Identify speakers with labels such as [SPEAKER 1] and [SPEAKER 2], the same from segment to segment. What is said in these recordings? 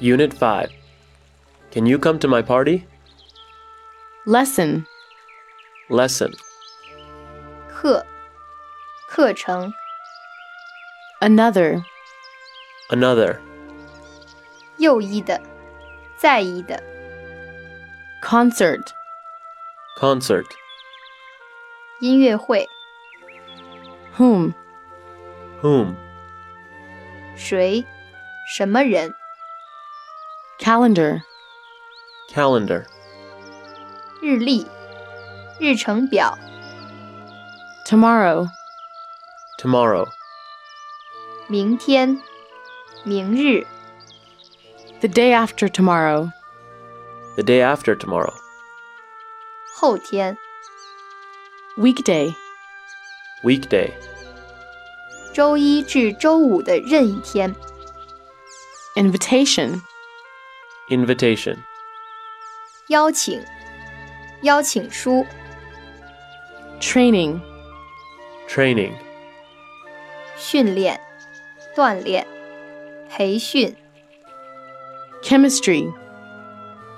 [SPEAKER 1] Unit 5. Can you come to my party?
[SPEAKER 2] Lesson
[SPEAKER 1] Lesson.
[SPEAKER 3] 课，课程，
[SPEAKER 2] Another
[SPEAKER 1] Another.
[SPEAKER 3] 又一的，在意的，
[SPEAKER 2] Concert
[SPEAKER 1] Concert.
[SPEAKER 3] 音乐会，
[SPEAKER 2] Whom
[SPEAKER 1] Whom?
[SPEAKER 3] 谁，什么人，
[SPEAKER 2] Calendar
[SPEAKER 1] Calendar.
[SPEAKER 3] 日历，日程表，
[SPEAKER 2] Tomorrow
[SPEAKER 1] Tomorrow.
[SPEAKER 3] 明天，明日，
[SPEAKER 2] The day after tomorrow
[SPEAKER 1] The day after tomorrow.
[SPEAKER 3] 后天，
[SPEAKER 2] Weekday
[SPEAKER 1] Weekday.
[SPEAKER 3] 周一至周五的任意天，
[SPEAKER 2] Invitation
[SPEAKER 1] Invitation.
[SPEAKER 3] 邀请，邀请书，
[SPEAKER 2] Training
[SPEAKER 1] Training.
[SPEAKER 3] 训练，锻炼，培训，
[SPEAKER 2] Chemistry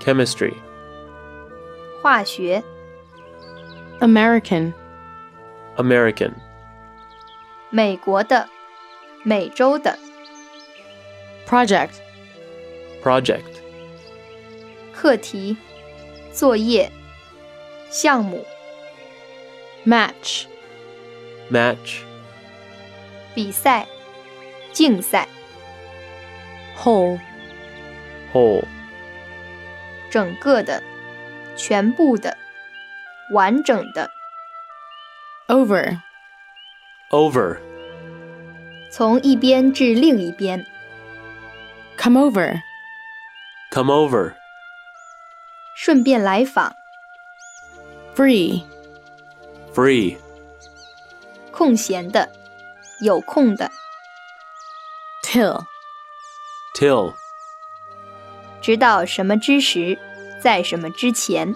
[SPEAKER 1] Chemistry.
[SPEAKER 3] 化学，
[SPEAKER 2] American
[SPEAKER 1] American.
[SPEAKER 3] 美国的，美洲的，
[SPEAKER 2] Project
[SPEAKER 1] Project.
[SPEAKER 3] 课题，作业，项目，
[SPEAKER 2] Match
[SPEAKER 1] Match.
[SPEAKER 3] 比赛，竞赛，
[SPEAKER 2] Whole
[SPEAKER 1] Whole.
[SPEAKER 3] 整个的，全部的，完整的，
[SPEAKER 2] Over
[SPEAKER 1] Over.
[SPEAKER 3] 从一边至另一边，
[SPEAKER 2] Come over
[SPEAKER 1] Come over.
[SPEAKER 3] 顺便来访，
[SPEAKER 2] Free
[SPEAKER 1] Free.
[SPEAKER 3] 空闲的，有空的，
[SPEAKER 2] Till
[SPEAKER 1] Till.
[SPEAKER 3] 直到什么之时，在什么之前，